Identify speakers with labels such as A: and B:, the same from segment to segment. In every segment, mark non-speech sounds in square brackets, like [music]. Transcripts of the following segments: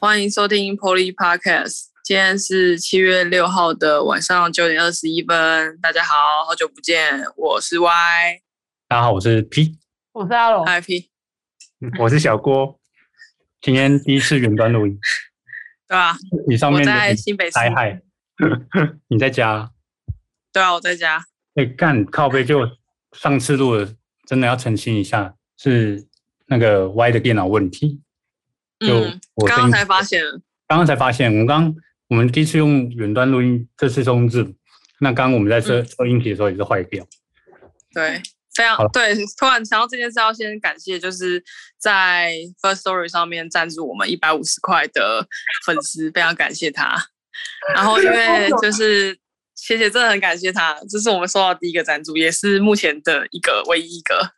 A: 欢迎收听 Poly Podcast。今天是七月六号的晚上九点二十一分，大家好，好久不见，我是 Y，
B: 大家好，我是 P，
C: 我是阿龙，
A: 嗨 P，
B: 嗯我是小郭。今天第一次远端录音，
A: 对吧、
B: 你上面
A: 我
B: 的
A: 在新北市，
B: 灾 [laughs] 害，你在家？
A: 对啊，我在家，
B: 哎、干靠背就上次录的，真的要澄清一下，是那个 Y 的电脑问题。就
A: 嗯，
B: 我
A: 刚
B: 声
A: 刚
B: 音
A: 才发现，
B: 刚刚才发现，我刚我们第一次用远端录音，这次是用 Zoom。那刚刚我们在测
A: 嗯
B: 测音体的时候也是坏掉， [laughs]
A: 对，非常
B: 好了
A: 对。突然想到这件事，要先感谢就是在 First Story 上面赞助我们一百五十块的粉丝，非常感谢他。然后因为就是谢谢，真的很感谢他，这是我们收到第一个赞助，也是目前的一个唯一一个。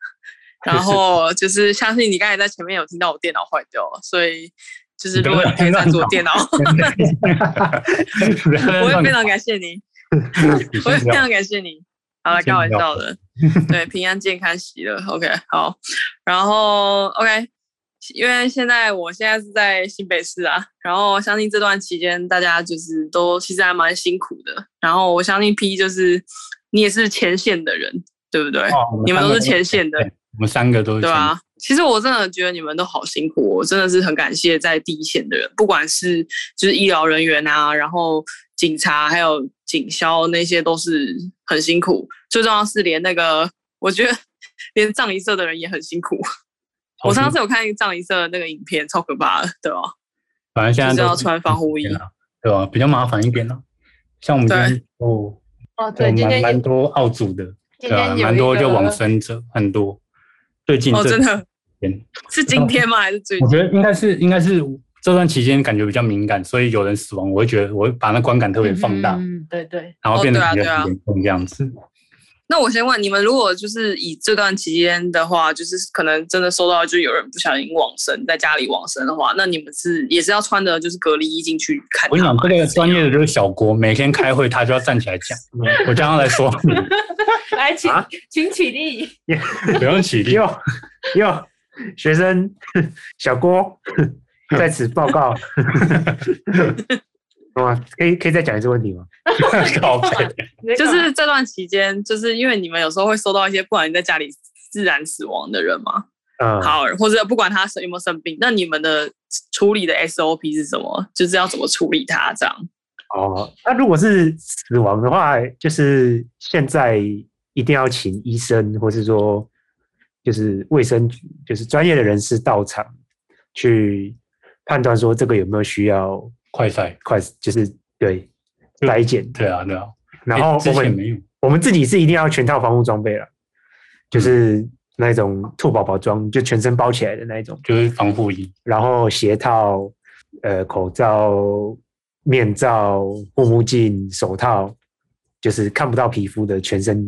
A: 然后就是相信你刚才在前面有听到我电脑坏掉了，所以就是如果你可以赞 [laughs] 助我电脑，我
B: 我
A: 会非常感谢你。我也非常感谢你。好了，
B: 先
A: 开玩
B: 不要
A: 笑的，对，平安健康喜乐。OK，好，然后 OK，因为现在我现在是在新北市啊，然后相信这段期间大家就是都其实还蛮辛苦的，然后我相信 P 就是你也是前线的人，对不对？
B: 哦
A: 你们都是前
B: 三个
A: 线的，
B: 我们三个都是
A: 对
B: 前线
A: 啊，其实我真的觉得你们都好辛苦哦、我真的是很感谢在第一线的人，不管是就是医疗人员啊，然后警察还有警消那些都是很辛苦，最重要是连那个我觉得 [laughs] 连葬仪社的人也很辛苦。
B: 超
A: 我上
B: 辛苦
A: 次有看葬仪社的那个影片，超可怕的，对吧、
B: 反正现在
A: 就是
B: 都
A: 要穿防护衣
B: 啊，对吧？比较麻烦一点啊。像我们今天哦，
C: 哦，对，今
B: 有蛮
C: 天
B: 蛮
C: 也
B: 多澳组的，
C: 今
B: 对吧？
C: 天有
B: 蛮多
C: 一
B: 就
C: 个
B: 往生者很多，最近
A: 哦，
B: 这
A: 真的
B: 天，
A: 是今天吗？还是最近
B: 我？觉得应该是应该是这段期间感觉比较敏感，所以有人死亡，我会觉得我会把那观感特别放大，
C: 嗯，对对，
B: 然后变得
A: 哦
B: 比
A: 对啊
B: 较严重这样子。
A: 那我先问你们，如果就是以这段期间的话，就是可能真的收到就有人不小心往生，在家里往生的话，那你们是也是要穿的就是隔离衣进去看
B: 我跟
A: 他
B: 你讲，
A: 吗？
B: 这个专业的就是小郭，每天开会他就要站起来讲，
D: 嗯
B: 我将要来说
D: [laughs]
B: 明，
C: 来，请
D: 啊
C: 请起立，
B: 不用起立。
D: [laughs] 哟哟，学生 [laughs] 小郭
B: [laughs]
D: 在此报告。 [laughs] 哇，可以可以再讲一次问题吗？
B: 靠背
A: 就是这段期间，就是因为你们有时候会收到一些不管你在家里自然死亡的人嘛，
D: 嗯，，
A: 好，或者不管他有没有生病，那你们的处理的 SOP 是什么？就是要怎么处理他这样？
D: 哦，那如果是死亡的话，就是现在一定要请医生，或是说就是卫生局，就是专业的人士到场去判断说这个有没有需要
B: 快塞，
D: 快，就是对筛检。
B: 对啊，对啊。
D: 然后
B: 欸之
D: 我
B: 前
D: 们
B: 没有，
D: 我们自己是一定要全套防护装备了，就是那种兔宝宝装，就全身包起来的那一种，
B: 就是防护衣。
D: 然后鞋套、呃口罩、面罩、护目镜、手套，就是看不到皮肤的全身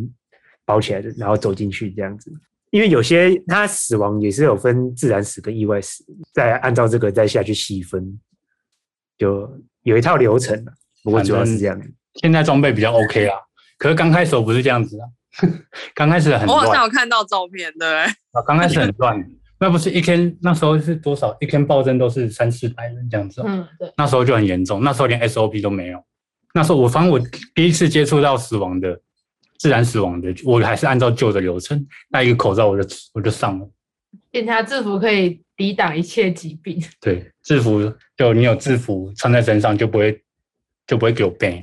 D: 包起来的，然后走进去这样子。因为有些他死亡也是有分自然死跟意外死，再按照这个再下去细分，就有一套流程了。不过主要是这样子，
B: 现在装备比较 OK 啦，可是刚开始我不是这样子啊， [laughs] 刚开始很
A: 我好像
B: 乱，
A: 有看到照片，对不对？
B: 啊刚开始很乱，那不是一天那时候是多少？一天暴增都是三四百人这样子啊、
C: 嗯，对，
B: 那时候就很严重，那时候连 SOP 都没有。那时候我反正我第一次接触到死亡的自然死亡的，我还是按照旧的流程，戴一个口罩我就我就上了。
C: 警察制服可以抵挡一切疾病，
B: 对，制服就你有制服穿在身上就不会就不会给我背，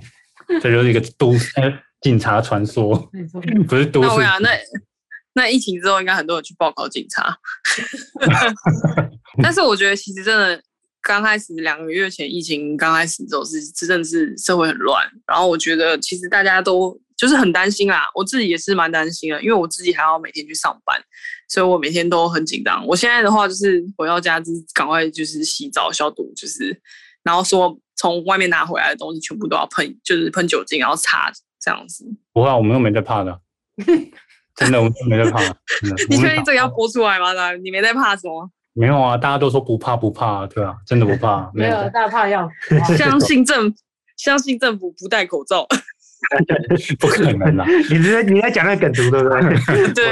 B: 这就是一个都市呃警察传说，
C: 没错，
B: 不是都
A: 那我
B: 市
A: 想，那那疫情之后，应该很多人去报考警察。但是我觉得，其实真的刚开始两个月前疫情刚开始的时候是，是真的是社会很乱。然后我觉得，其实大家都就是很担心啦，我自己也是蛮担心的，因为我自己还要每天去上班，所以我每天都很紧张。我现在的话就是回到家就是赶快就是洗澡消毒，就是然后说从外面拿回来的东西全部都要喷，就是喷酒精，然后擦这样子。
B: 不会啊，我们又没在
A: [laughs]
B: 怕的，真的，我们又没在怕。啊真的
A: 你
B: 我
A: 确
B: 们
A: 定这个要播出来吗？大你没在怕什么？
B: 没有啊？大家都说不怕不怕，对啊，真的不怕，
C: 没有大怕要死啊
A: 相信政， [laughs] 相信政府不戴口
D: [laughs]
A: 罩。
B: 不可能啊啦。
D: 你你在你在讲那个梗图对不
A: 对
D: 对？我看起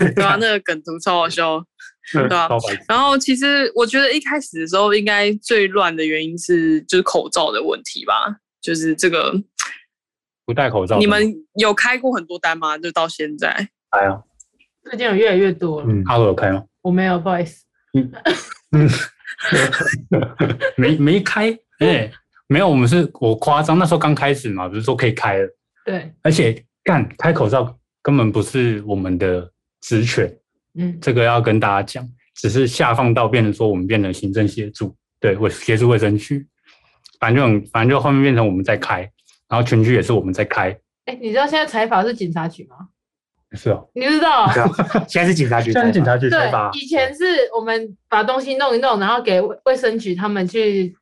D: 来
A: 对啊，那个梗图超好笑。 [laughs] 对啊
B: 超白痴
A: 然后其实我觉得一开始的时候，应该最乱的原因是就是口罩的问题吧，就是这个。
B: 不戴口罩的吗，
A: 你们有开过很多单吗？就到现在，
B: 开啊？
C: 最近有越来越多了。
D: 嗯，
B: 阿罗有开吗？哦
C: 我没有，不好意思。
B: 没没开，哎、没有，我们是我夸张，那时候刚开始嘛，不是说可以开了，
C: 对，
B: 而且干开口罩根本不是我们的职权，
C: 嗯，
B: 这个要跟大家讲，只是下放到变成说我们变成行政协助，对，我协助卫生区，反正就很反正就后面变成我们在开，然后全区也是我们在开，
C: 哎，你知道现在财阀是警察局吗？
B: 是哦，
C: 你不知道？
D: 对啊
B: [laughs]
D: 现在是警察局
B: 现
D: 开
B: 在
D: 吧，
B: 警察局开
C: 对
B: 吧，，
C: 以前是我们把东西弄一弄，然后给卫卫生局他们去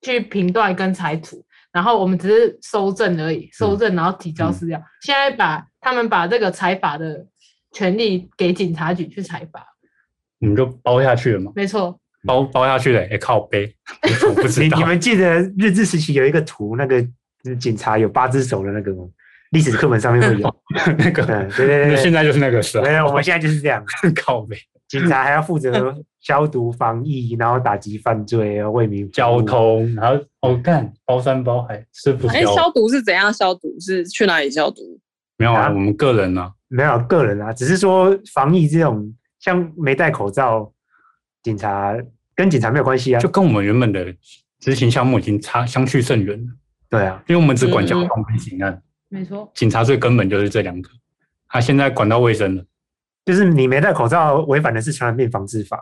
C: 去评断跟裁处，然后我们只是收证而已，
B: 嗯
C: 收证然后提交资料。现在把他们把这个裁罚的权利给警察局去裁罚，
B: 你们就包下去了嘛，
C: 没错，
B: 包包下去了，哎、靠背， [laughs] 我不知
D: 嗯你
B: 道
D: 你，们记得日治时期有一个图，那个就是警察有八只手的那个吗？历史课本上面会有。
B: [laughs] 那个，
D: [laughs] 嗯，对对
B: 那
D: 对
B: 现
D: 对。
B: 在就是那个事、
D: 没
B: 啊，
D: 有，我们现在就是这样，
B: [laughs] 靠背。
D: 警察还要负责消毒防疫，然后打击犯罪，为民服务
B: 交。
D: 嗯
B: 通，然后哦干包山包海吃不
A: 哎、
B: 消，
A: 消毒是怎样消毒？是去哪里消毒？
B: 没有啊，
D: 啊
B: 我们个人啊，
D: 没有个人啊，只是说防疫这种，像没戴口罩，警察跟警察没有关系啊
B: 就。跟我们原本的执行项目已经差相去甚远了，
D: 对啊，
B: 因为我们只管交通啊跟刑案，
C: 没错，
B: 警察最根本就是这两个，他现在管到卫生了，
D: 就是你没戴口罩，违反的是传染病防治法。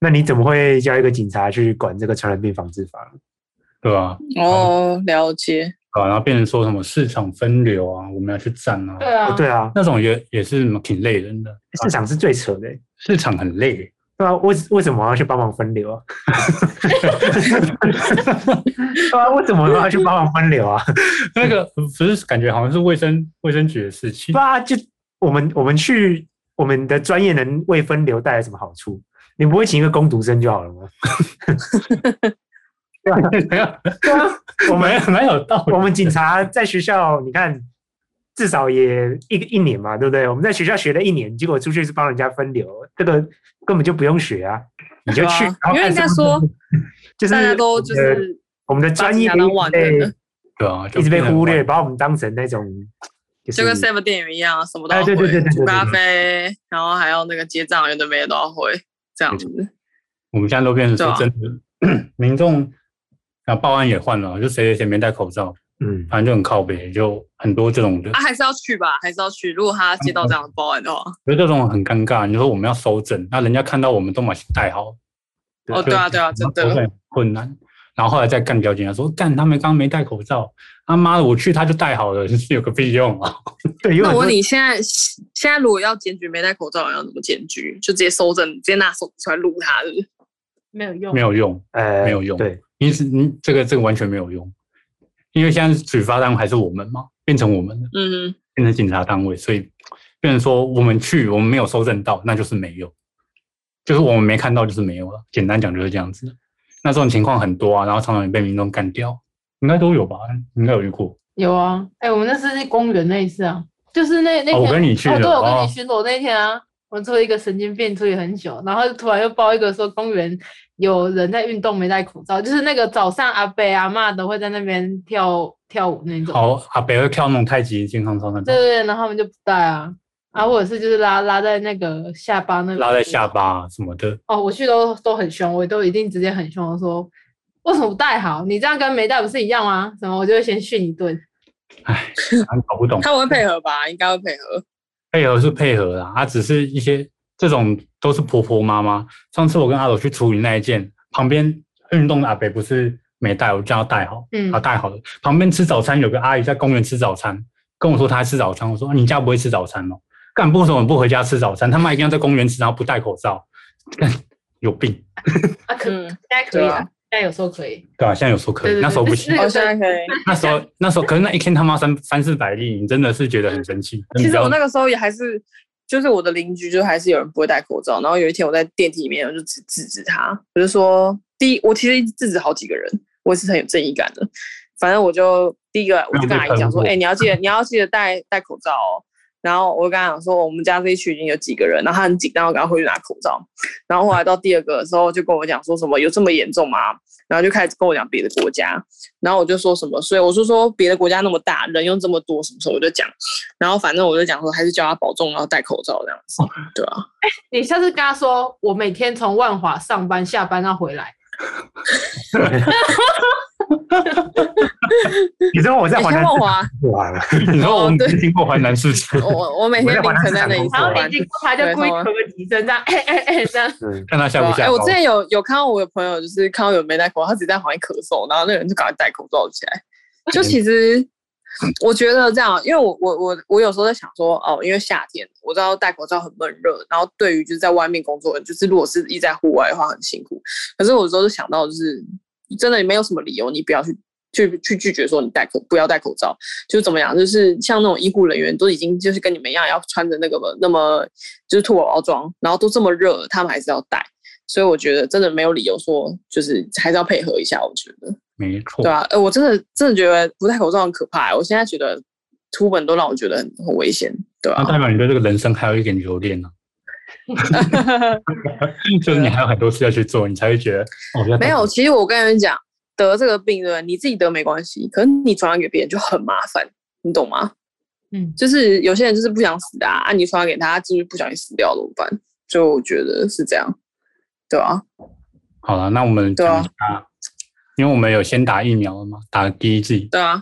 D: 那你怎么会叫一个警察去管这个传染病防治法？
B: 对吧、
A: 哦，了解。
B: 啊？然后变成说什么市场分流啊，我们要去占啊，
C: 对啊，
D: 哦，对啊，
B: 那种也也是挺累人的，
D: 市场是最扯的欸、
B: 市场很累，
D: 对啊，为为什么要去帮忙分流啊？ [laughs] 对啊，为什么要去帮忙分流啊？ [laughs]
B: 那个不是感觉好像是卫生卫生局的事情
D: 对，啊，就我们我们去我们的专业能为分流带来什么好处？你不会请一个工读生就好了吗？
B: 没有，
D: 对啊，我
B: 我
D: 们
B: 们 [laughs] 蛮有道理
D: [laughs] 我，们警察在学校，你看至少也一一年嘛，对不对？我们在学校学了一年，结果出去是帮人家分流，这个根本就不用学啊， [laughs] 你就去
A: 对啊。
D: 然后
A: 因为
D: 看
A: 应该
D: 什么
A: 说，
D: [laughs] 就是
A: 大家都就
D: 我们的
A: 是
D: 我们的专业
A: 把警察当万能的
B: 对啊，就
D: 一直被
B: 变成 [laughs]
D: 忽略，把我们当成那种就是
A: 就跟 Seven 店员一样啊，什么都要
D: 哎对对对对
A: 会，
D: 对
A: 煮咖
D: 对
A: 啡，然后还要那个结账，有的没的都要会，这样子。
B: 我们现在都变成说
A: 对
B: 真的， [clears throat] 民众啊报案也换了，就谁谁谁没戴口罩，
D: [laughs] 嗯，
B: 反正就很靠北，就很多这种的，
A: 啊，还是要去吧，还是要去。如果他接到这样的报案的话，
B: 觉得这种很尴尬。你说我们要收证，那人家看到我们都马上戴好，
A: 哦，对啊，对啊，真
B: 收证
A: 的。
B: 很困难。然后后来再干交警，他说干他们刚刚没戴口罩，他妈的我去他就戴好了，是有个屁用啊！
D: 对，因为
A: 那我
D: 我
A: 问你，现在现在如果要检举没戴口罩，要怎么检举？就直接收证，直接拿手机出来录他，是不是？
C: 没有用，
B: 没有用，
D: 呃
B: 没有用
D: 对， [laughs]
B: 你只你这个这个完全没有用，因为现在举发单还是我们嘛，变成我们了，
A: 嗯，
B: 变成警察单位，所以变成说我们去，我们没有收证到，那就是没有，就是我们没看到，就是没有了。简单讲就是这样子。那这种情况很多啊，然后常常也被民众干掉，应该都有吧？应该有遇过。
C: 有啊，哎、我们那次去公园那一次啊，就是那那天、
B: 哦我跟你去
C: 哦，对，
B: 了
C: 我跟
B: 哦
C: 你巡逻那天啊，我作为一个神经病，出去很久，然后突然又报一个说公园有人在运动没戴口罩，就是那个早上阿伯阿嬷都会在那边跳跳舞那种，
B: 好，阿北会跳那种太极健康操那种，
C: 对对对，然后他们就不戴啊，啊，或者是就是拉拉在那个下巴那里
B: 拉在下巴、什么的，
C: 哦，我去都都很凶，我都一定直接很凶的说，为什么不戴好？你这样跟没戴不是一样吗？什么我就会先训一顿，
B: 很搞不懂。
A: 他们会配合吧，应该会配合。
B: 配合是配合啦，啊，只是一些这种都是婆婆妈妈。上次我跟阿斗去处理那一件，旁边运动的阿北不是没带，我叫他带好，
C: 嗯
B: 他带好了。旁边吃早餐有个阿姨在公园吃早餐，跟我说她在吃早餐，我说、啊你家不会吃早餐哦，干不为什么不回家吃早餐？他妈一定要在公园吃，然后不戴口罩，干有病，
C: 啊，可
A: 嗯，
C: 应该可以
A: 对
C: 啊，
A: 啊
C: 应该有时候可以。
B: 对吧、啊现在有说可
C: 对
B: 以，
C: 对
B: 那时候
C: 对
B: 不
C: 那
B: 行
C: [laughs] 个。
A: 哦，现在可以。
B: 那时候，那时候，可是那一天他妈三三四百例，你真的是觉得很生气。
A: 其实我那
B: 个
A: 个时候也还是，就是我的邻居，就还是有人不会戴口罩。然后有一天我在电梯里面，我就制制止他，我就说，第一，我其实一直制止好几个人，我也是很有正义感的。反正我就第一个，我就跟阿姨讲说，
B: 没有被喷过
A: 哎、你要记得，你要记得戴戴口罩哦。然后我就跟他讲说，哦我们家这一区已经有几个人，然后他很紧张，我赶快回去拿口罩。然后后来到第二个的时候，就跟我讲说什么有这么严重吗？然后就开始跟我讲别的国家，然后我就说什么，所以我就说别的国家那么大，人又这么多，什么什么我就讲，然后反正我就讲说还是叫他保重，然后戴口罩这样
D: 哦
A: 子，对啊，
C: 你下次跟他说，我每天从万华上班、下班要回来，
D: 你知道我在
A: 你
D: 华
A: 先
D: 南
A: 问我啊，
D: 哇了，
B: [laughs] 你说我们
A: 哦对哦
B: 经过淮南市场，
A: 我我我每天凌晨在那里
D: 我
C: 然
D: 在
A: 上
D: 华
C: 后
A: 班
C: 你。经过他就故意咳个几声，这样，哎哎哎，这样。
D: 嗯，
B: [laughs] 看他下
A: 对啊
B: 不下
A: 哎、
B: 哦包
A: 我。之前有有看到我有朋友，就是看到有人没戴口罩，他只在旁边咳嗽，然后那个人就赶快戴口罩起来。就其实我觉得这样，因为我我我我有时候在想说，哦，因为夏天我知道戴口罩很闷热，然后对于就是在外面工作的人，就是如果是一直在户外的话很辛苦。可是我有时候就想到，就是真的没有什么理由你不要去。去去拒绝说你戴口不要戴口罩，就是怎么讲，就是像那种医护人员都已经就是跟你们一样要穿着那个那么就是兔宝宝装，然后都这么热了，他们还是要戴。所以我觉得真的没有理由说，就是还是要配合一下。我觉得，
B: 没错
A: 对，啊，呃，我真的真的觉得不戴口罩很可怕、欸我现在觉得出门都让我觉得很很危险，对啊
B: 那
A: 吧、
B: 代表你对这个人生还有一点
A: [laughs]
B: 留恋呢，就是你还有很多事要去做，你才会觉得哦，要
A: 啊没有，其实我跟你讲，得这个病对不对？你自己得没关系，可是你传染给别人就很麻烦，你懂吗？
C: 嗯，
A: 就是有些人就是不想死的啊，啊你传染给他，就是不小心死掉怎么办？就我觉得是这样，对啊，
B: 好了，那我们
A: 对
B: 讲
A: 啊
B: 一下，因为我们有先打疫苗了嘛，打第一剂
A: 对啊，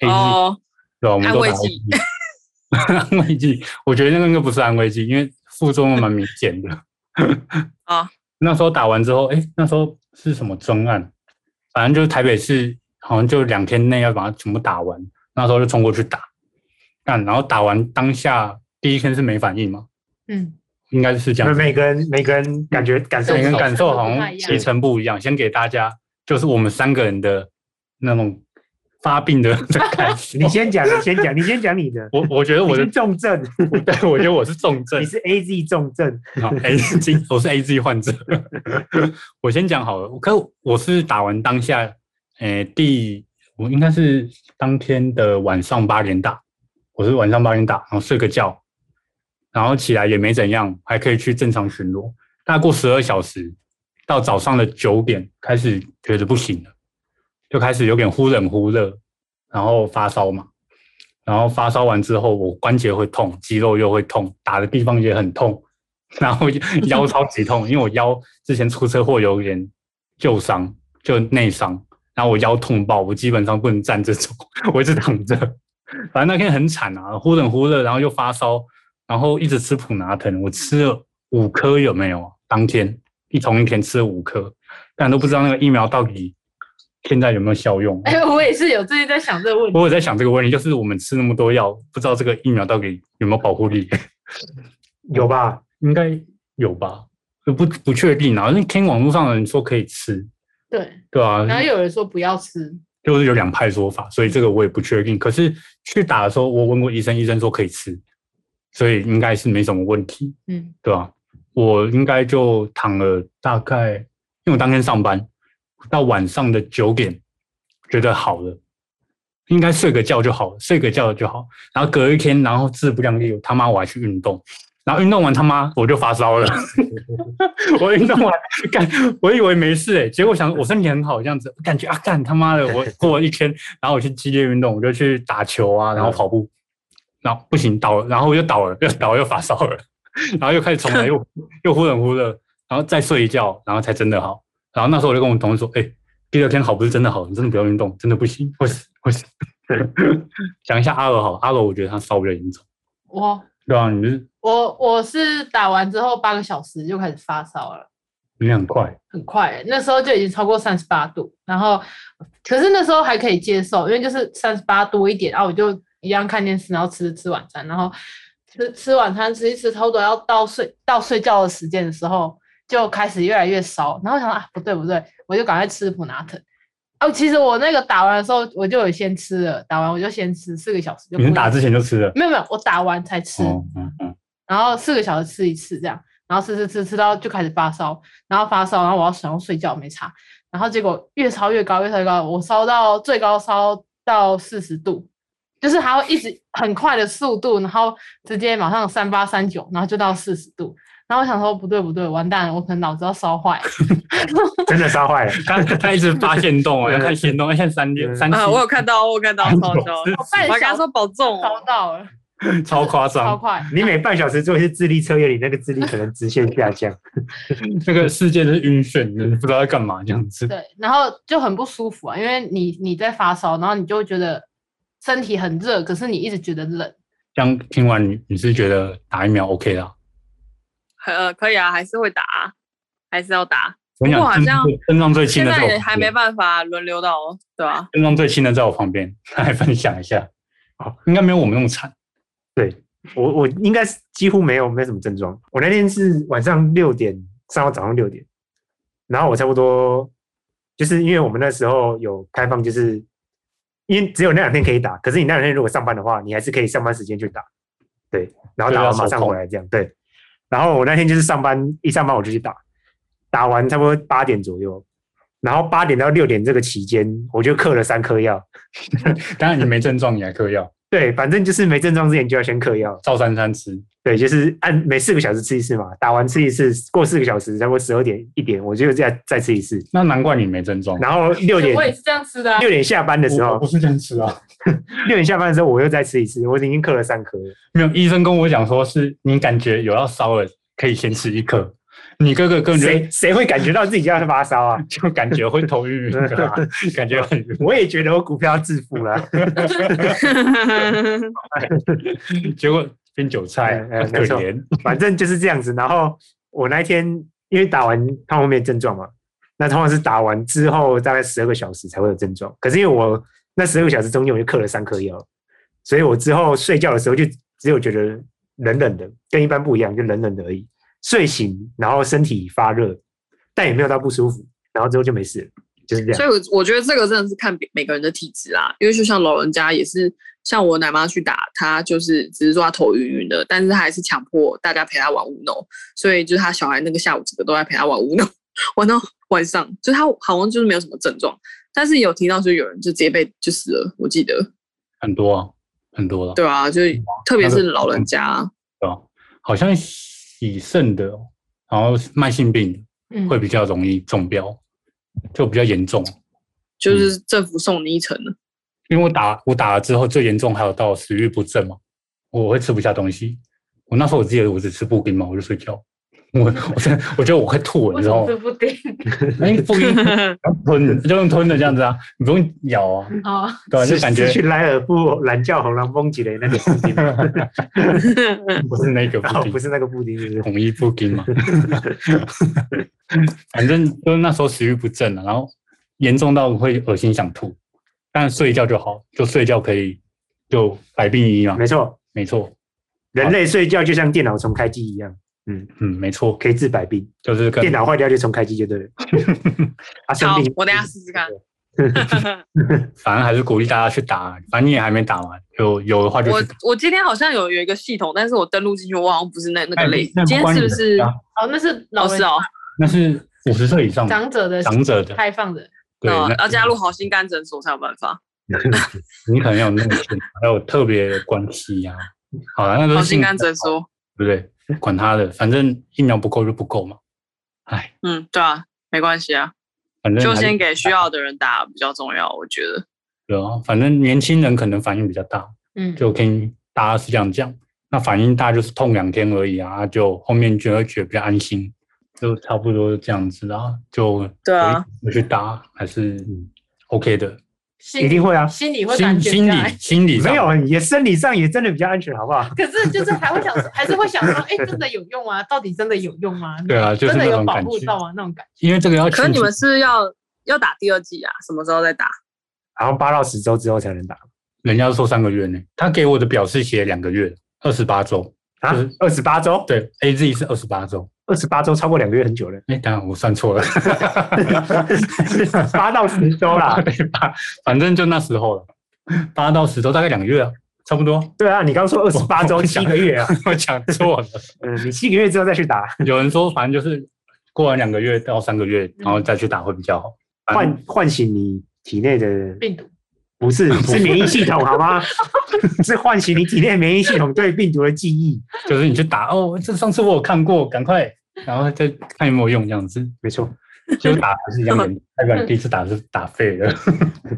B: A G，
A: 哦，
B: 对啊吧，我们都打
A: 安慰剂
B: 安慰剂， [laughs] 我觉得那个不是安慰剂，因为副作用蛮明显的。
A: 啊，
B: [laughs] 那时候打完之后，哎，那时候是什么专案？反正就是台北市好像就两天内要把它全部打完，那时候就冲过去打，干，然后打完当下第一天是没反应嘛，
C: 嗯，
B: 应该是这
D: 因
B: 样
D: 为
B: 子。
D: 每个人每个人感觉感受
B: 每个人
D: 不同
B: 感受好
C: 不太
B: 像
C: 一样
B: 提成不一样。先给大家就是我们三个人的那种发病的 [laughs] 的感受。
D: 你先讲，你先讲，你先讲你的。
B: 我我觉得我的
D: 你是重症，
B: 我 [laughs] 对我觉得我是重症
D: 你，是 A Z 重症，
B: 好 A G 我是 A G 患者。 [laughs] 我先讲好了，可我是打完当下，诶、第我应该是当天的晚上八点打，我是晚上八点打，然后睡个觉，然后起来也没怎样，还可以去正常巡逻。大概过十二小时，到早上的九点开始觉得不行了，就开始有点忽冷忽热，然后发烧嘛。然后发烧完之后，我关节会痛，肌肉又会痛，打的地方也很痛，然后 [laughs] 腰超级痛，因为我腰之前出车祸有点旧伤，就内伤，然后我腰痛爆，我基本上不能站着走， [laughs] 我一直躺着。反正那天很惨啊，忽冷忽热，然后又发烧，然后一直吃普拿疼，我吃了五颗有没有？啊当天一同一天吃了五颗，但都不知道那个疫苗到底现在有没有效用。
C: 哎，我也是有最近在想这个问
B: [laughs]
C: 题。
B: 我有在想这个问题，就是我们吃那么多药，不知道这个疫苗到底有没有保护力，
D: 有吧？
B: 应该有吧？呃不不确定啊，那听网络上的人说可以吃，
C: 对，
B: 对啊，
C: 然后有人说不要吃，
B: 就是有两派说法，所以这个我也不确定。可是去打的时候，我问过医生，医生说可以吃，所以应该是没什么问题，
C: 嗯，
B: 对吧、我应该就躺了大概，因为我当天上班到晚上的九点，觉得好了，应该睡个觉就好了，睡个觉就好。然后隔一天，然后自不量力，他妈我还去运动，然后运动完他妈我就发烧了。 [laughs] 我运动完干，我以为没事哎、结果想我身体很好这样子，我感觉啊干他妈的，我过了一天，然后我去激烈运动，我就去打球啊，然后跑步，然后不行倒了，然后我又倒了，又倒了又发烧了， [laughs] 然后又开始重来，又又忽冷忽热，然后再睡一觉，然后才真的好。然后那时候我就跟我同事说，哎、第二天好不是真的好，你真的不要运动，真的不行，会死会死。讲一下阿罗好，阿罗我觉得他烧比较严重，
C: 我
B: 对啊，你是
C: 我我是打完之后八个小时就开始发烧了。
B: 你很快，
C: 很快欸、那时候就已经超过三十八度，然后可是那时候还可以接受，因为就是三十八多一点，啊然后我就一样看电视，然后吃吃晚餐，然后吃吃晚餐吃一吃，差不多要到睡到睡觉的时间的时候，就开始越来越烧，然后我想说啊不对不对，我就赶快吃普拿疼。哦，其实我那个打完的时候，我就有先吃了，打完我就先吃四个小时就不
B: 你
C: 能。
B: 是打之前就吃了，
C: 没有没有，我打完才吃。
B: 哦嗯嗯，
C: 然后四个小时吃一次这样，然后吃吃吃吃到就开始发烧，然后发烧，然后我要想要睡觉没查，然后结果越烧越高，越烧越高，我烧到最高烧到四十度，就是它会一直很快的速度，然后直接马上三八三九，然后就到四十度。然后我想说，不对不对，完蛋了，我可能脑子要烧坏了。
D: 真的烧坏了。
B: 他他一直发现动啊，要看现动，要看三点
D: 嗯
B: 三七
A: 啊，，我有看到，我有看到，超重，
C: 我
B: 我
C: 半
A: 我还跟
C: 小
A: 他
C: 时
A: 说保重
C: 烧
A: 哦，
C: 到了，
B: 超夸
C: 超
B: 张，
C: 快。
D: 你每半小时做一次智力测验，你那个智力可能直线下降。
B: 这个世界是晕眩的，不知道在干嘛这样子。
C: 对，然后就很不舒服啊，因为你你在发烧，然后你就会觉得身体很热，可是你一直觉得冷。
B: 这样听完你你是觉得打疫苗 OK 啦？
A: 呃，可以啊，还是会打啊，还是要打。
B: 我跟你
A: 不过好
B: 讲症
A: 像
B: 症状最
A: 现
B: 轻的在
A: 在
B: 我
A: 也
B: 旁
A: 还没
B: 边
A: 办法轮流到哦，对吧、[laughs]
B: [laughs] 症状最轻的在我旁边， [laughs] 来分享一下。
D: 好，
B: 应该没有我们那么惨。
D: 对我，我应该是几乎没有没什么症状。我那天是晚上六点上到早上六点，然后我差不多就是因为我们那时候有开放，就是因为只有那两天可以打，可是你那两天如果上班的话，你还是可以上班时间去打，对，然后打完马上回来这样，对。然后我那天就是上班一上班我就去打，打完差不多八点左右，然后八点到六点这个期间，我就嗑了三颗药。
B: 当然你没症状，你还嗑药，
D: 对，反正就是没症状之前就要先嗑药，
B: 照三餐吃。
D: 对，就是按每四个小时吃一次嘛，打完吃一次，过四个小时，差不多十二点一点，我就再再吃一次。
B: 那难怪你没症状。
D: 然后六点
C: 我也是这样吃的、啊
D: 六。点下班的时
B: 我我
D: 候
B: 不，是这样吃啊，
D: 六点下班的时候我又再吃一次，我已经嗑了三颗了。
B: 没有医生跟我讲说是你感觉有要烧了，可以先吃一颗。你哥哥根本
D: 谁谁会感觉到自己要发烧啊？ [laughs]
B: 就就感觉会头晕晕的、啊，感觉很晕
D: 我也觉得我股票致富了，
B: 结果变韭菜，
D: [laughs] 嗯嗯
B: 可
D: 没错
B: 怜。
D: 反正就是这样子。然后我那一天因为打完看后面症状嘛，那通常是打完之后大概十二个小时才会有症状。可是因为我那十二个小时中间我就嗑了三颗药，所以我之后睡觉的时候就只有觉得冷冷的，跟一般不一样，就冷冷的而已。睡醒然后身体发热，但也没有到不舒服，然后之后就没事了，就是这样。
A: 所以我我觉得这个真的是看每个人的体质啦，因为就像老人家也是，像我奶妈去打，她就是只是说她头晕晕的，但是她还是强迫大家陪她玩乌弄，所以就是她小孩那个下午整个都在陪她玩乌弄， [laughs] 玩到晚上，就她好像就是没有什么症状，但是有听到说有人就直接被就死了，我记得，
B: 很多啊，很多了、
A: 对啊，就是
B: 嗯
A: 特别是老人家，
B: 对吧、好像洗肾的，然后慢性病
C: 嗯
B: 会比较容易中标，就比较严重。
A: 就是
B: 嗯
A: 政府送你一程了，
B: 因为我打我打了之后，最严重还有到食欲不振嘛，我会吃不下东西。我那时候我记得我只吃布丁嘛，我就睡觉。我我真的我觉得我会吐，你知
C: 为什
B: 道
C: 么
B: 吗
C: 吃？布丁？
B: [laughs] 哎，
A: [laughs]
B: 布丁要吞的，就用吞的这样子啊，你不用咬啊，
C: 哦，
B: 对吧、就感觉
D: 嗯是去莱尔富蓝教红狼风起的那个布丁，
B: [laughs] 不
D: [laughs]
B: 是那个
D: 哦
B: 布，丁
D: 不，是那个布丁，是不是？
B: 统一布丁
D: [laughs]
B: 嘛。反正就是那时候食欲不振啊了、然后严重到会恶心想吐，但睡一觉就好，就睡觉可以就百病一嘛
D: 没，错，
B: 没错，
D: 人类睡觉就像电脑重开机一样，
B: 嗯，没错，
D: 可以治百病。
B: 就是跟
D: 电脑坏掉就重开机就
B: [laughs]
D: 对了。啊，生
A: 好
D: 病，
A: 我等一下试试看。
B: 反正还是鼓励大家去打，反正你也还没打嘛，有有的话就
A: 我
B: 去打。
A: 我今天好像有有一个系统，但是我登录进去，我好像不是那那
B: 哎
A: 个类。
B: 那
A: 今天
B: 关
A: 是
B: 你
A: 不
B: 的
A: 是
B: 对啊
C: 哦，那是老
A: 老
C: 人
A: 师哦？
B: 那是五十岁以上
C: 长者的
B: 啊长者的，
C: 开放的，
B: 对，
A: 哦
B: 那
A: 要加入好心肝诊所才有办法。
B: 你可能有内线，啊还有特别的关系呀、好了，那都
A: 好
B: 是
A: 心肝诊
B: 诊所，
A: 所，
B: 对不对？管他的，反正疫苗不够就不够嘛。哎，
A: 嗯，对啊，没关系啊，
B: 反正
A: 就
B: 还是
A: 先给需要的人打比较重要，我觉得。
B: 对啊，反正年轻人可能反应比较大，
C: 嗯，
B: 就跟大家是这样讲。那反应大就是痛两天而已啊，就后面就会觉得比较安心，就差不多这样子啦。就
A: 对啊，
B: 我去打还是 OK 的，
C: 心
D: [laughs] 一定会啊。
C: 心里会
B: 心
C: 感觉
B: 心
C: 下
B: 理
C: 来。 [laughs]
B: 心理上
D: 没有，也生理上也真的比较安全，好不好？
C: 可是就是还会想说，还是会想说，
B: [laughs]
C: 哎、真的有用吗？到底真的有用吗？
B: 对啊，就是
C: 真
B: 那
C: 的有
B: 种
C: 保
B: 感
C: 护
B: 觉
C: 到，啊，那种感
B: 因为这个要
A: 可是
B: 亲
A: 你
B: 自
A: 们是要要打第二季啊？什么时候再打？
D: 然后八到十周之后才能打
B: 人家说三个月呢，他给我的表是写两个月，二十八周。
D: 啊
B: 就是，
D: 二十八周，
B: 对，A Z 是二十八周。
D: 二十八周超过两个月很久
B: [laughs]，
D: 了
B: 哎，当然我算错了， [laughs]
D: 八到十周啦。
B: 对吧？反正就那时候了，八到十周，大概两个月啊，差不多。 [laughs]
D: 对啊，你刚说二十八周七个月啊，
B: 我讲错了。
D: 嗯，你七个月之后再去打，
B: 有人说，反正就是过完两个月到三个月，然后再去打会比较好。反正
D: 唤唤醒你体内的
C: 觉。病毒
B: [laughs]
D: 不是，是免疫系统好吗？是唤醒你体内免疫系统对病毒的记忆。
B: 就是你去打哦，这上次我有看过，赶快，然后再看有没有用这样子。
D: 没错，
B: 结果打还是一样严
A: 嗯
B: 重，代表你第一次打是打废了。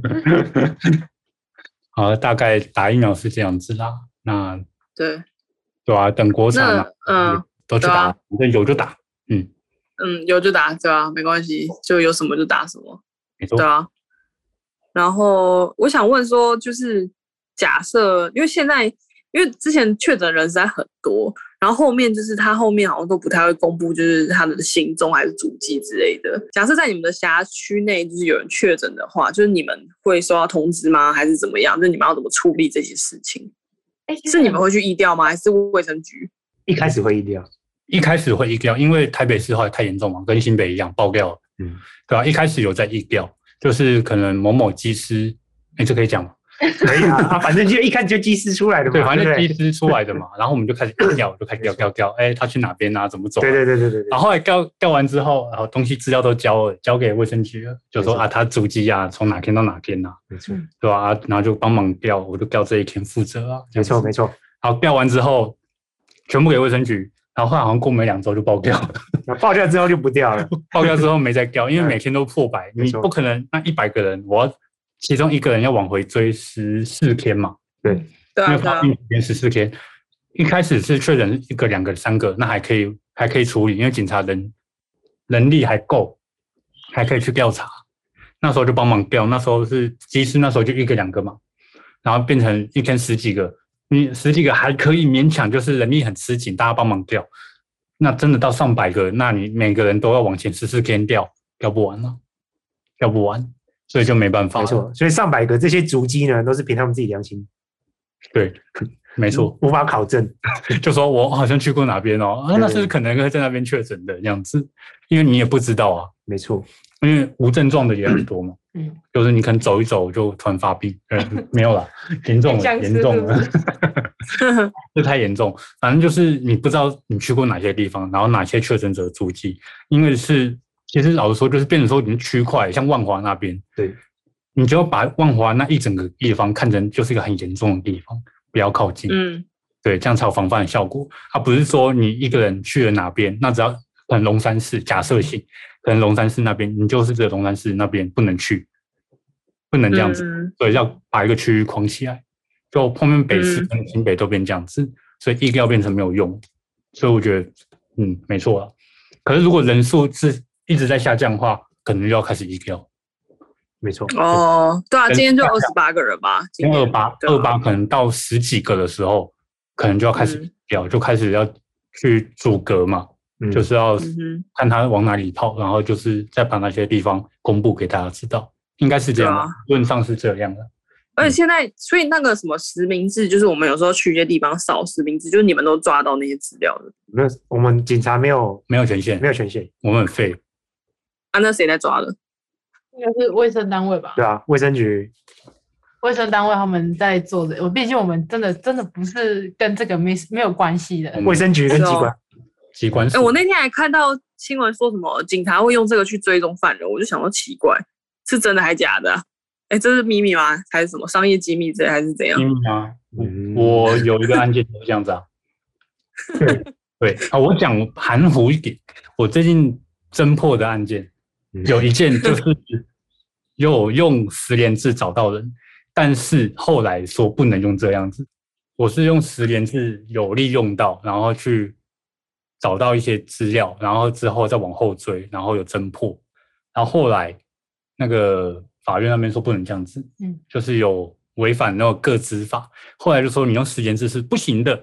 A: 嗯
B: [laughs] 好，大概打疫苗是这样子啦。那
A: 对，
B: 对啊，等国产嘛，
A: 那嗯，
B: 都去
A: 对
B: 打
A: 啊，
B: 反正有就打，
A: 嗯，有就打，对啊，没关系，就有什么就打什么。
B: 没错
A: 对。啊。然后我想问说，就是假设，因为现在因为之前确诊人实在很多，然后后面就是他后面好像都不太会公布，就是他的行踪还是足迹之类的。假设在你们的辖区内就是有人确诊的话，就是你们会收到通知吗？还是怎么样？就是你们要怎么处理这些事情？
C: 哎，
A: 是你们会去疫调吗？还是卫生局？
D: 一开始会意料，
B: 一开始会疫调，因为台北市后来太严重嘛，跟新北一样爆掉了，
D: 嗯，
B: 对吧、啊？一开始有在疫调，就是可能某某机师，哎，这可以讲吗？
D: 可以啊，啊反正就一看就机师出来的嘛，
B: 对，
D: 对
B: 反
D: 不
B: 正
D: 对
B: 机师出来的嘛，然后我们就开始调，就开始调调调，哎，他去哪边啊？怎么走、啊？
D: 对对对对对对
B: 然后后来调调完之后，然后东西资料都交了，交给卫生局了，就说
D: 没错
B: 啊，他足迹啊，从哪天到哪天啊，
D: 没错，
B: 对吧、啊？然后就帮忙调，我就调这一天负责啊，
D: 没错没
B: 错。
D: 错，
B: 然后调完之后，全部给卫生局，然后后来好像过没两周就爆掉了，
D: 那爆掉之后就不
B: [laughs]
D: 掉了，
B: 爆掉之后没再调，因为
D: 嗯
B: 每天都破百，
D: [laughs] 没
B: 你
D: 错
B: 不可能那一百个人，我要其中一个人要往回追十四天嘛，
A: 对
B: 因
A: 啊，
B: 为
A: 对啊
B: 发，
A: [laughs]
B: 病时间十四天，一开始是确诊一个、两个、三个，那还可以还可以处理，因为警察人人力还够，还可以去调查。那时候就帮忙调，那时候是机师，那时候就一个两个嘛，然后变成一天十几个，你十几个还可以勉强，就是人力很吃紧，大家帮忙调。那真的到上百个，那你每个人都要往前十四天调，调不完了，调不完，所以就没办法了。
D: 没错。所以上百个这些足迹呢，都是凭他们自己良心，
B: 对，没错。
D: 无法考证。
B: 就说我好像去过哪边哦，啊，
D: 对
B: 那是可能在那边确诊的样子，因为你也不知道啊，
D: 没错，
B: 因为无症状的也很多嘛，
C: 嗯，
B: 就是你可能走一走就突然发病，呃， [laughs] 没有
C: [laughs]
B: 啦，严重了，
C: 僵尸
B: 严重了
C: 是，
B: 这太严重，反正就是你不知道你去过哪些地方，然后哪些确诊者的足迹，因为是其实老实说，就是变成说你是区块，像万华那边，
D: 对，
B: 你就要把万华那一整个地方看成就是一个很严重的地方，不要靠近，
A: 嗯，
B: 对，这样才有防范的效果。它不是说你一个人去了哪边，那只要可能龙山寺假设性，可能龙山寺那边，你就是这个龙山寺那边不能去，不能这样子，
A: 嗯
B: 所以要把一个区域框起来。就后面北市
A: 嗯
B: 跟新北都变这样子，所以疫调变成没有用。所以我觉得，嗯，没错啊。可是如果人数是一直在下降的话，可能又要开始疫调。
D: 没错，
A: 哦，对啊，
B: 跟
A: 今天就二十八个人吧，今
B: 因
A: 天
B: 为二八
A: 对啊
B: 二八可能到十几个的时候，可能就要开始
A: 嗯
B: 聊，就开始要去阻隔嘛，
D: 嗯
B: 就是要
A: 嗯哼
B: 看他往哪里跑，然后就是再把那些地方公布给大家知道，应该是这样
A: 对啊
B: 吧，论上是这样的。
A: 而且现在，所以那个什么实名制，就是我们有时候去一些地方扫实名制，就是你们都抓到那些资料的
D: 没有我们警察没有
B: 没有权限
D: 没，有权限，
B: 我们很废，
A: 啊？那谁在抓的？
C: 应该是卫生单位吧？
D: 对啊，卫生局
C: 卫生单位他们在做的，我毕竟我们真的真的不是跟这个没没有关系的
B: 嗯。
D: 卫生局跟
A: 是
D: 机
A: 哦
D: 关，
B: 机关
A: 哎、我那天还看到新闻说什么警察会用这个去追踪犯人，我就想说奇怪，是真的还假的、啊？哎、这是秘密吗？还是什么商业机密之类，还是怎样？
B: 因吗？
D: 嗯
B: 我有一个案件就是这样子
A: [laughs]
B: 啊。
D: 对
B: 对啊，我讲含糊一点，我最近侦破的案件
D: 嗯
B: 有一件就是 [laughs] 有用十连制找到人，但是后来说不能用这样子，我是用十连制有利用到，然后去找到一些资料，然后之后再往后追，然后有侦破，然后后来那个法院那边说不能这样子，
C: 嗯，
B: 就是有违反那个个资法，后来就说你用十连制是不行的，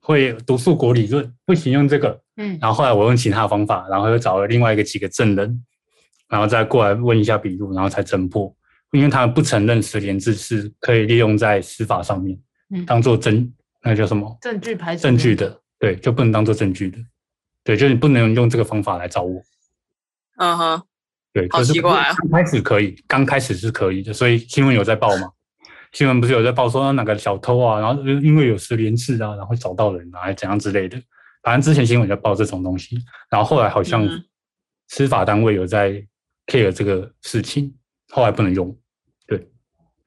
B: 会读数国理论不行用这个，
C: 嗯，
B: 然后后来我用其他的方法，然后又找了另外一个几个证人，然后再过来问一下笔录，然后才侦破。因为他们不承认十连制是可以利用在司法上面，
C: 嗯
B: 当做证，那叫什么
C: 证据排除
B: 证据的？对，就不能当做证据的。对，就是不能用这个方法来找我。
A: 嗯哼，
B: 对，
A: 好
B: 可是
A: 奇怪啊
B: 刚开始可以，刚开始是可以的，所以新闻有在报嘛？新闻不是有在报说啊哪个小偷啊，然后因为有十连制啊，然后找到人啊，还怎样之类的。反正之前新闻有在报这种东西，然后后来好像
A: 嗯
B: 司法单位有在 care 这个事情，后来不能用。对，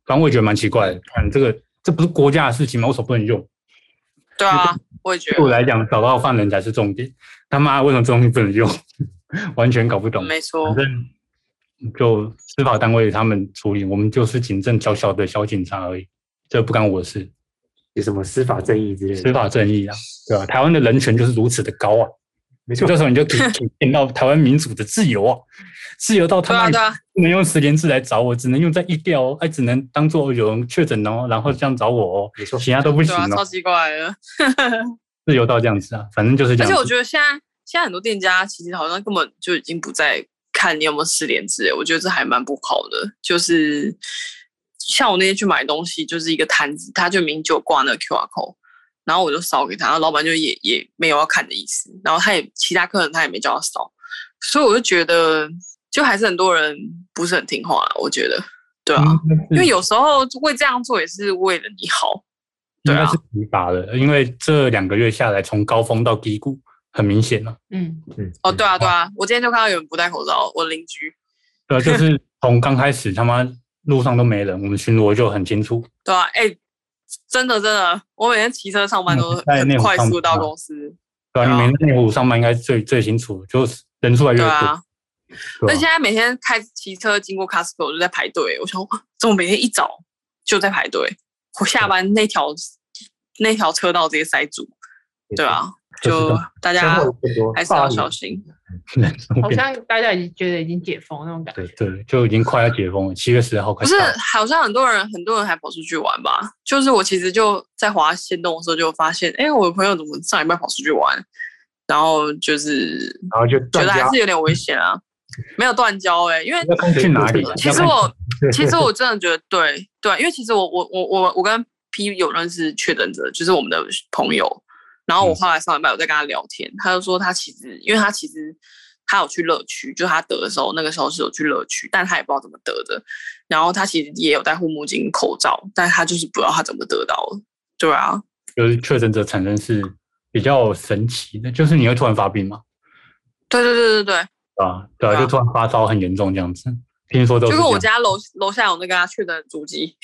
B: 反正我也觉得蛮奇怪的。看这个，这不是国家的事情吗？为什么不能用？
A: 对啊，我也觉
B: 对我
A: 得，
B: 来讲，找到犯人才是重点。他妈，为什么这东西不能用？ [laughs] 完全搞不懂。
A: 没错
B: 反，正就司法单位他们处理，我们就是警政小小的小警察而已，这不干我的事。
D: 有什么司法正义之类
B: 司
D: 的，
B: 法正义啊，对吧、台湾的人权就是如此的高啊，
D: 没错
B: 这，时候你就体体验到台湾民主的自由啊，自由到
A: 对
B: 他
A: 啊
B: 妈
A: 对啊，
B: 不能用十连字来找我，只能用在一调哦，哎，只能当做有人确诊哦，然后这样找我哦，
D: 没错
B: 其他都不
A: 对
B: 行
A: 啊，超
B: 哦，
A: 奇怪的。
B: 自由到这样子啊，反正就是这
A: 而
B: 样
A: 且
B: 子。
A: 我觉得现在现在很多店家其实好像根本就已经不再看你有没有失联之类，我觉得这还蛮不好的。就是像我那天去买东西，就是一个摊子，他就明明就有挂那个 QR code，然后我就扫给他，然后老板就也也没有要看的意思，然后他也其他客人他也没叫他扫，所以我就觉得就还是很多人不是很听话，我觉得对啊，
B: 嗯
A: 因为有时候会这样做也是为了你好，
B: 应
A: 对
B: 该
A: 啊
B: 是疲乏了，因为这两个月下来，从高峰到低谷，很明显啊了、
C: 嗯，
D: 嗯
A: 哦，对啊对啊，我今天就看到有人不戴口罩，我邻居。
B: 对啊，就是从刚开始他妈路上都没人，我们巡逻就很清楚，
A: 对啊，哎、真的真的，我每天骑车上班都
B: 嗯在内
A: 很
B: 湖
A: 快
B: 上
A: 速到
B: 班啊
A: 公司。
B: 对
A: 对
B: 啊，你
A: 啊
B: 们内湖上班应该最最清楚，就是人数越来越
A: 对
B: 多，
A: 啊，
B: 对啊
A: 那
B: 吧
A: 现在每天开骑车经过 Costco 我就在排队，我想哇怎么每天一早就在排队？我下班那条那条车道直接塞住，对啊，
B: 就是这
A: 就大
B: 样
D: 生
A: 家
D: 活有更多
A: 啊还是要
D: 霸凌
A: 小心。
B: 人数
C: 好
B: 变
C: 像大家已经觉得已经解封那种感觉。
B: 对对，就已经快要解封了，七月十号
A: 不
B: 快
A: 是
B: 到了，，
A: 好像很多人很多人还跑出去玩吧？就是我其实就在滑线动的时候就发现，哎、我的朋友怎么上礼拜跑出去玩，然后就是
D: 然后就
A: 觉
D: 断
A: 得还
D: 交
A: 是有点危险啊，没有断交哎、因为
B: 要看去哪里啊？
A: 其实
B: 要看
A: 我其实我真的觉得对对，因为其实我我我我我跟 P 有认识确诊者，就是我们的朋友。然后我后来上礼拜我在跟他聊天，他就说他其实因为他其实他有去乐区，就他得的时候那个时候是有去乐区，但他也不知道怎么得的。然后他其实也有戴护目镜、口罩，但他就是不知道他怎么得到的。对啊，
B: 就是确诊者产生是比较神奇的，就是你会突然发病嘛，
A: 对对对对对，
B: 对吧？对啊，
A: 对啊
B: 就突然发烧很严重这样子，听说都
A: 就是跟我
B: 这样
A: 家楼楼下有那个他去的足迹，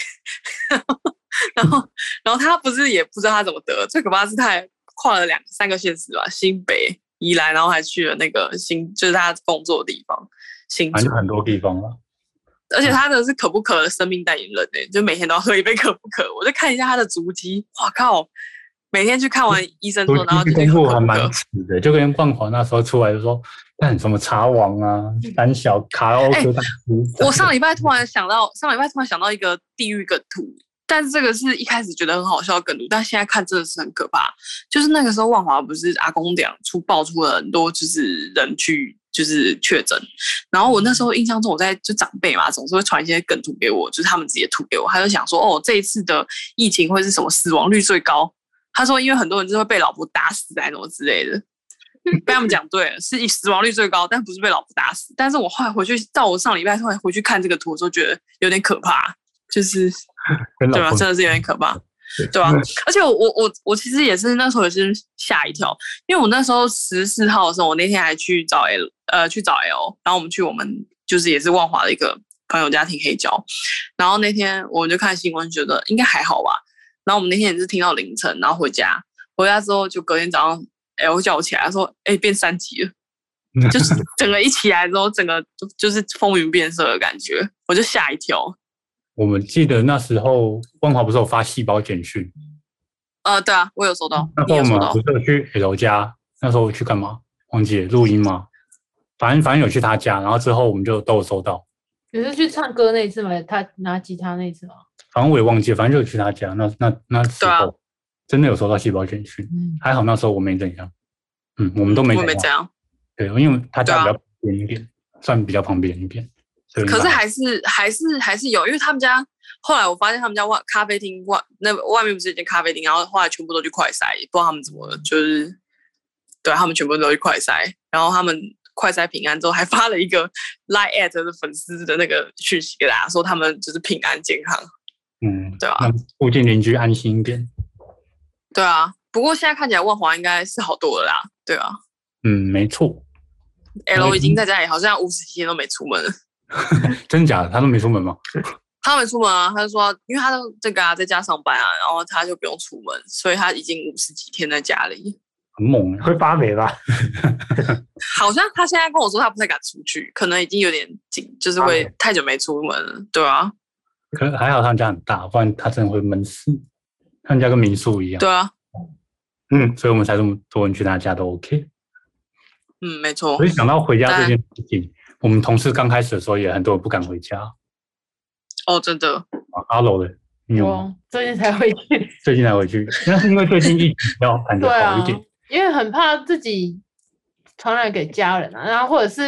A: [laughs] 然后然后他不是也不知道他怎么得，最可怕的是他还跨了两三个县市吧，新北、宜兰，然后还去了那个新就是他工作的地方新
B: 反
A: 竹
B: 正，很多地方了。
A: 而且他真的是可不可的生命代言人呢、就每天都要喝一杯可不可，我就看一下他的足迹，哇靠！每天去看完医生之后，然后就去
B: 公
A: 喝
B: 布
A: 可
B: 还
A: 不
B: 蛮
A: 可。
B: 死的，就跟万华那时候出来就说，看什么茶王啊、胆小卡拉 OK
A: 嗯哎
B: 大师
A: 我上礼拜突然想到，上礼拜突然想到一个地狱梗图，但是这个是一开始觉得很好笑的梗图，但现在看真的是很可怕。就是那个时候万华不是阿公两出爆出了很多就是人去就是确诊，然后我那时候印象中我在就长辈嘛，总是会传一些梗图给我，就是他们直接吐给我，他就想说哦这一次的疫情会是什么死亡率最高？他说因为很多人就是会被老婆打死还是什么之类的。被他们讲对了，是以死亡率最高，但不是被老婆打死。但是我后来回去，到我上礼拜突然回去看这个图的时候，觉得有点可怕，就是
B: 跟
A: 对
B: 老
A: 啊，
B: 公
A: 真的是有点可怕，对啊。而且我我我我其实也是那时候也是吓一跳，因为我那时候十四号的时候，我那天还去找 L 呃去找 L，然后我们去我们就是也是万华的一个朋友家庭黑胶，然后那天我们就看新闻，觉得应该还好吧。然后我们那天也是听到凌晨，然后回家，回家之后就隔天早上 L 叫我起来，他说：“哎、变三级
B: [laughs]
A: 了。”就是整个一起来之后，整个就就是风云变色的感觉，我就吓一跳。
B: 我们记得那时候万华不是有发细胞简讯，
A: 呃，对啊，我有收到，
B: 那时
A: 你有收
B: 候我们
A: 到
B: 不？是有去 L 家，那时候我去干嘛？忘记了录音吗？反正反正有去他家，然后之后我们就都有收到，
C: 你是去唱歌那一次吗？他拿吉他那一次吗？
B: 反正我也忘记了，反正就有去他家。那那那时
A: 对啊
B: 候真的有收到细胞简讯，
C: 嗯，
B: 还好那时候我没怎样，嗯，我们都没
A: 我
B: 怎
A: 没这
B: 样，
A: 样，
B: 对，因为他家
A: 对啊
B: 比较旁边一点，算比较旁边一点，所以
A: 可是
B: 还
A: 还是还是还是有，因为他们家后来我发现他们家外咖啡厅外那外面不是有一间咖啡厅，然后后来全部都去快筛，也不知道他们怎么了就是，对啊他们全部都去快筛，然后他们快筛平安之后还发了一个 line at 的粉丝的那个讯息给大家，说他们就是平安健康。
B: 嗯，
A: 对啊
B: 让附近邻居安心一点，
A: 对啊，不过现在看起来万华应该是好多了啦。对啊
B: 嗯，没错，
A: ，L
B: 嗯
A: 已经在家里好像五十几天都没出门了。
B: 真假的他都没出门吗？
A: 他没出门啊，他就说，因为他都这个啊，在家上班啊，然后他就不用出门，所以他已经五十几天在家里。
B: 很猛欸
D: 会发霉吧？
A: 好像他现在跟我说他不太敢出去，可能已经有点紧，就是会
D: 啊
A: 太久没出门了，对啊，
B: 可还好他们家很大，不然他真的会闷死。他们家跟民宿一样，
A: 对啊，
B: 嗯，所以我们才这么多人去他家都 OK。
A: 嗯，没错
B: 所，以想到回家这件事情，我们同事刚开始的时候也很多人不敢回家。
A: 哦，真
B: [laughs]
A: 的，
B: 啊阿楼的，你有吗？
C: 我最近才会去，
B: [laughs] 最近才回去，那是因为最近疫情比较感觉
C: [laughs] 对
B: 好
C: 啊
B: 一点。，
C: 因为很怕自己传染给家人啊，然后或者是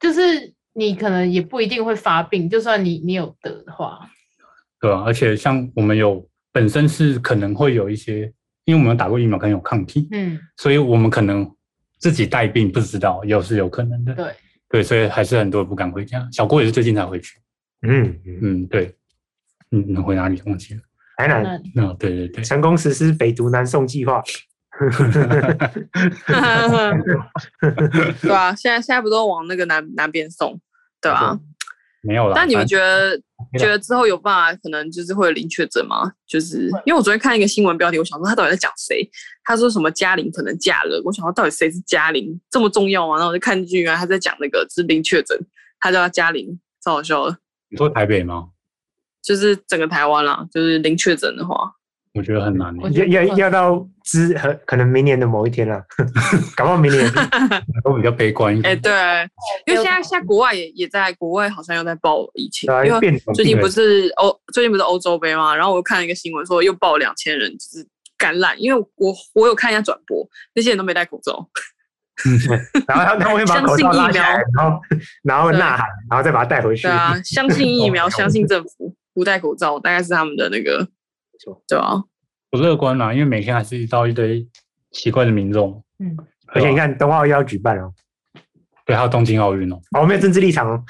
C: 就是你可能也不一定会发病，就算你你有得的话，
B: 对啊，而且像我们有本身是可能会有一些，因为我们有打过疫苗，可能有抗体，
C: 嗯，
B: 所以我们可能自己带病不知道，也是有可能的。
C: 对，
B: 对，所以还是很多人不敢回家。小郭也是最近才回去。
D: 嗯嗯，
B: 嗯，对。嗯，能回哪里忘记了？
D: 台南
C: 那
B: 那对对对，
D: 成功实施北毒南送计划，
A: 对啊，现在现在不都往那个南南边送，对啊，
B: 没有啦。
A: 但你们
B: 反
A: 觉得
D: 没啦
A: 觉得之后有办法，可能就是会有零确诊吗？就是因为我昨天看一个新闻标题，我想说他到底在讲谁？他说什么嘉玲可能嫁了，我想说到底谁是嘉玲这么重要吗？然后我就看进去，原来他在讲那个是零确诊，他叫他嘉玲，超好笑的。
B: 你说台北吗？
A: 就是整个台湾啦，就是零确诊的
D: 嗯
A: 话，
B: 我觉得很难欸。
C: 我觉
D: 要要要到之和可能明年的某一天了， [laughs] 搞不好明
A: [laughs]
D: 年也是
B: 都比较悲观一
A: 哎、
B: 点。
A: 对，因为现在
C: 没有
A: 现在国外也也在国外好像又在爆疫情，
D: 对啊
A: 因为
D: 变种
A: 最近
D: 病
A: 不
D: 人
A: 是欧最近不是欧洲杯吗？然后我又看了一个新闻说又爆两千人就是感染，因为我我有看一下转播，那些人都没戴口罩。
D: 然后他他会把口罩拉下来，然后然后呐喊，然后再把它带回去
A: 对。啊， [laughs] 相信疫苗，
D: 哦
A: 相信政府，不戴口罩，大概是他们的那个
D: 错，
A: 对
D: [laughs]
A: 啊，
B: 不乐观啦，因为每天还是遇到一堆奇怪的民众。
C: 嗯，
D: 而且你看，冬奥又要举办哦，
B: 对，还有东京奥运哦，
D: 哦，没有政治立场
A: [laughs]
D: 哦，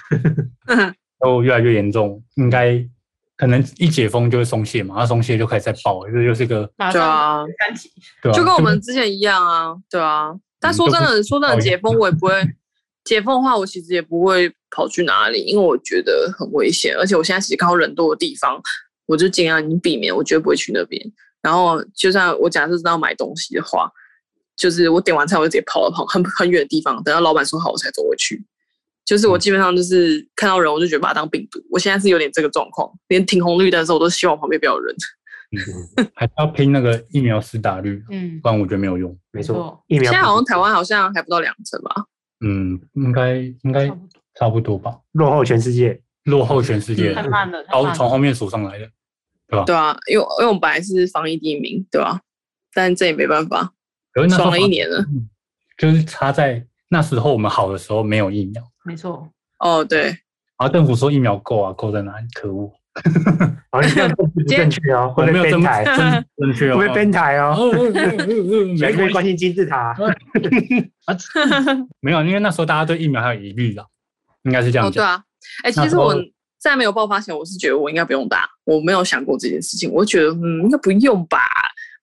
B: 都越来越严重，应该可能一解封就会松懈嘛，那松懈就开始再爆了，这就是个
C: 马
A: 对
C: 上
A: 啊，
C: 三级，
B: 对啊，
A: 就跟我们之前一样啊，对啊。但
B: 嗯
A: 说
B: 就
A: 真
B: 不
A: 的，说真
B: 讨
A: 的，
B: 厌
A: 解封我也不会。解封的话，我其实也不会跑去哪里，因为我觉得很危险，而且我现在其实看到人多的地方，我就尽量已经避免，我绝对不会去那边。然后，就算我假设是要买东西的话，就是我点完菜我就直接跑到跑很很远的地方，等到老板说好我才走回去。就是
B: 嗯
A: 我基本上就是看到人我就觉得把它当病毒，我现在是有点这个状况，连停红绿灯的时候我都希望旁边不要有人。
B: 还是要拼那个疫苗施打率，
C: 嗯，
B: 不然我觉得没有用。
D: 没错，
C: 错，
D: 疫苗
A: 现在好像台湾好像还不到两成吧，
B: 嗯，应该应该差
C: 差不多
B: 不多吧，
D: 落后全世界，
B: 落后全
A: 嗯
B: 世界
C: 太，慢了，太
B: 后
C: 慢
B: 从
C: 了
B: 后面数上来的。
A: 对啊，因为因为我们本来是防疫第一名，对吧、但这也没办法，
B: 可是那时候
A: 爽了一年了。
B: 嗯 [laughs] 就是差在那时候我们好的时候没有疫苗，
C: 没错，
A: 哦，对，
B: 然后政府说疫苗够啊，够在哪里？可恶，
D: 好哦像这样政治不正
A: [laughs]
D: 确哦，
B: 我
D: 会
B: 没
D: 被
B: 有
D: 编
B: 正
D: 台，
B: 正正确哦。[laughs]
D: [laughs] 会被编台哦，
B: 哦嗯嗯嗯嗯
D: 谁
B: 没
D: 可以
B: 关系
D: 关心金字塔？
B: 没有，因为那时候大家对疫苗还有疑虑啦，应该是这
A: 哦
B: 样
A: 对
B: 讲。
A: 啊，哎、
B: 那
A: 其
B: 时
A: 实
B: 候
A: 我在没有爆发前，我是觉得我应该不用打，我没有想过这件事情，我觉得嗯，应该不用吧，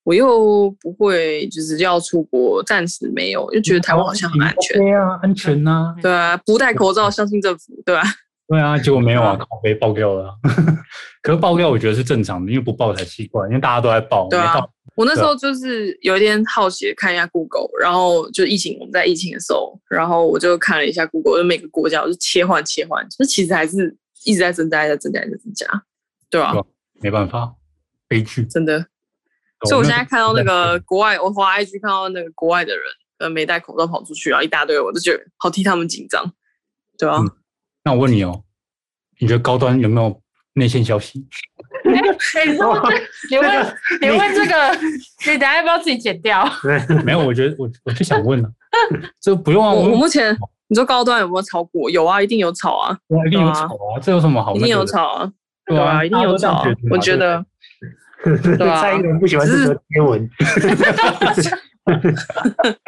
A: 我又不会就是要出国，暂时没有，就觉得台湾好像很安全。
B: 对啊，安全呐、
C: 嗯
A: 对啊，不戴口罩，相信政府，对吧、
B: 对啊，结果没有啊，
A: 对
B: 靠被爆掉了啊、 [laughs] 可是爆掉我觉得是正常的，因为不爆才奇怪，因为大家都在爆，
A: 对啊
B: 没爆
A: 我那时候就是有一天好奇地看一下 Google，然后就疫情我们在疫情的时候，然后我就看了一下 Google，就每个国家我就切换切换，就是其实还是一直在增加，一直在增加，一直在增加，对啊
B: 对，没办法，悲剧。哦
A: 真的。所以我现在看到那个
B: 对
A: 国外，我滑 IG 看到那个国外的人，呃，没戴口罩跑出去，然后一大堆，我就觉得好替他们紧张，对啊
B: 嗯，那我问你哦，你觉得高端有没有内线消息？
C: 哎哎你
D: 哦
C: 问你问你问这个，你等下要不要自己剪掉？
B: 没有，我觉得我我就
A: [laughs]
B: 想问了、这不用啊，
A: 我我
B: 我
A: 目前你说高端有没有炒股？有啊，一定有炒啊，
B: 我一定有炒啊，这有什么好？
A: 一定有，炒啊，
B: 对
A: 对啊，一定有炒啊
B: 大家都这样嘛
A: 我觉得。对
D: [laughs]
A: 啊
D: [laughs] 蔡英文不喜欢这则贴文，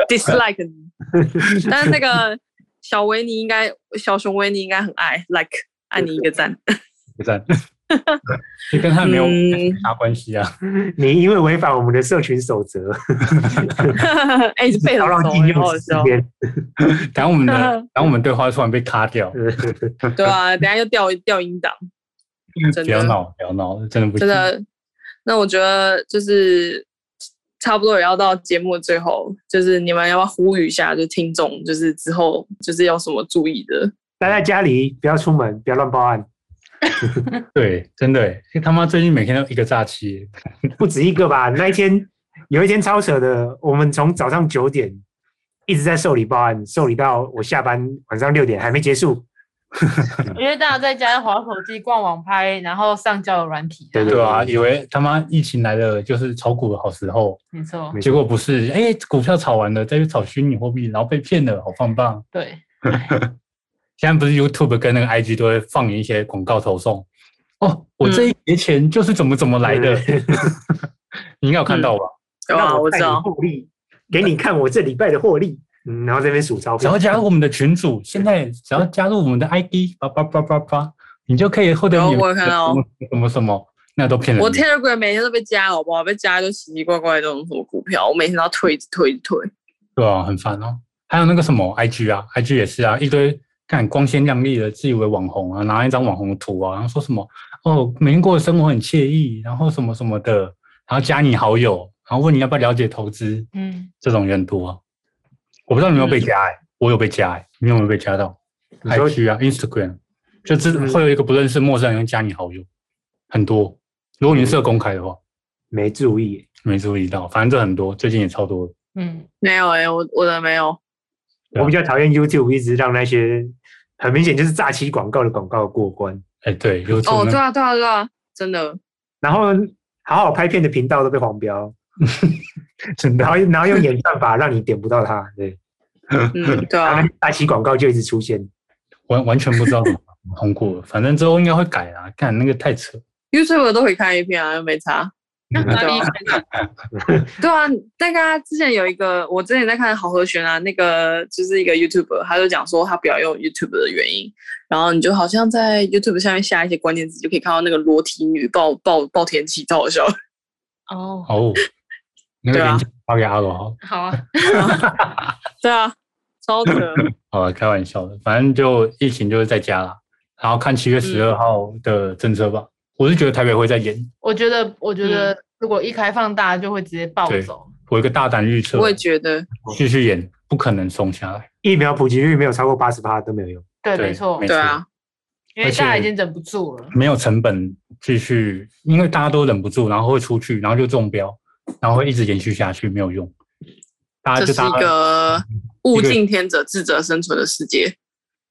A: dislike 你，但是那个小维尼应该，小熊维尼应该很爱 like，按你一个赞。[laughs]
B: 不赞，你跟他没有 [laughs]
A: 嗯
B: 啥关系啊。
D: 你因为违反我们的社群守则，
A: 哎、你是背
D: 骚
A: 很
D: 扰
A: 熟欸，
D: 禁
A: 好
D: 用
A: 好
D: 时
A: 笑。
D: 间，
B: 等
A: [laughs]
B: 下我们的，等下我们对话突然被卡掉。
A: 对啊，等一下又掉掉音档。真
B: 不要
A: 的
B: 闹，不要闹，真的不
A: 真。
B: 行
A: 的。那我觉得就是差不多也要到节目的最后，就是你们要不要呼吁一下，就听众，就是之后就是有什么注意的？
D: 待在家里，不要出门，不要乱报案，
B: 对，真的欸，他妈最近每天都一个诈欺，
D: 不止一个吧。那一天有一天超扯的，我们从早上九点一直在受理报案，受理到我下班晚上六点还没结束。
C: 因为大家在家划手机、逛网拍，然后上交友软体。
D: 对
B: 对啊，以为他妈疫情来了就是炒股的好时候，
C: 没错，
D: 没错
B: 结果不是，哎，股票炒完了再去炒虚拟货币，然后被骗了，好棒棒。
C: 对，
B: 现在不是 YouTube 跟那个 IG 都会放一些广告投送，哦，
A: 嗯
B: 我这一节钱就是怎么怎么来的， [laughs] 你应该有看到吧？
A: 有啊，
D: 让
A: 我
D: 我
A: 知
D: 带你
A: 道，
D: 获利，给你看我这礼拜的获利。嗯，然后这边数钞
B: 只要
D: 票，
B: 加入我们的群组，现在只要加入我们的 ID 叭叭叭叭叭，你就可以获得
A: 有
B: 免
A: 我
B: 费
A: 有看
B: 的
A: 到
B: 什么什么，那都骗人的。
A: 我 Telegram 每天都被加，好不好？被加就奇奇怪怪的这种什么股票，我每天都要退退退。
B: 对啊，很烦哦。还有那个什么 IG 啊，IG 也是啊，一堆看光鲜亮丽的自以为网红啊，拿一张网红的图啊，然后说什么哦，每天过的生活很惬意，然后什么什么的，然后加你好友，然后问你要不要了解投资，
C: 嗯，
B: 这种人多、啊。我不知道你有没有被加、欸，我有被加、欸，你有没有被加到
D: 你说
B: ？IG 啊，Instagram，就自
D: 嗯
B: 会有一个不认识陌生人加你好友，很多。如果你是公开的话，
D: 没注意，
B: 没注意到，反正这很多，最近也超多的。
C: 嗯，
A: 没有哎、我我的没有。
B: 对啊
D: 我比较讨厌 YouTube 一直让那些很明显就是诈欺广告的广告过关，
B: 哎、对，有
A: 哦，对啊，对啊，对啊，真的。
B: [laughs]
D: 然后好好拍片的频道都被黄标，
B: 真
D: 然后然后用演算法让你点不到它，对，
A: 嗯，对
D: 然
A: 啊
D: 后，诈欺广告就一直出现。
B: 完完全不知道怎么通过了，反正之后应该会改啦。看那个太扯，
A: YouTube 都可以看 A 片啊，又没差。
C: 那
A: 对啊
C: 哪里看
A: 对啊，那个、啊、之前有一个，我之前在看好和弦啊，那个就是一个 YouTuber，他就讲说他不要用 YouTube 的原因，然后你就好像在 YouTube 下面下一些关键字，就可以看到那个裸体女暴暴暴天气，超好笑。
C: 哦，
B: 哦，那个
A: 对啊
B: 链接发给阿罗好了，
C: 好啊，
A: 对啊，超
B: [laughs]
A: 扯。
B: 好了，开玩笑的，反正就疫情就是在家啦，然后看七月
A: 嗯
B: 十二号的政策吧。我是觉得台北会再延，
C: 我觉得，我觉得如果一开放，大家就会直接暴
B: 嗯对
C: 走。
B: 我有一个大胆预测，
A: 我也觉得，
B: 继续延不可能松下来。
D: 疫苗普及率没有超过八十趴都没有用，
C: 对，
B: 对
C: 没错
B: 没，
A: 对啊，
C: 因为
B: 而且
C: 大家已经忍不住了。
B: 没有成本继续，因为大家都忍不住，然后会出去，然后就中标，然后会一直延续下去，没有用。大家
A: 这
B: 啊就是大
A: 一
B: 家
A: 个物竞天择、适者生存的世界。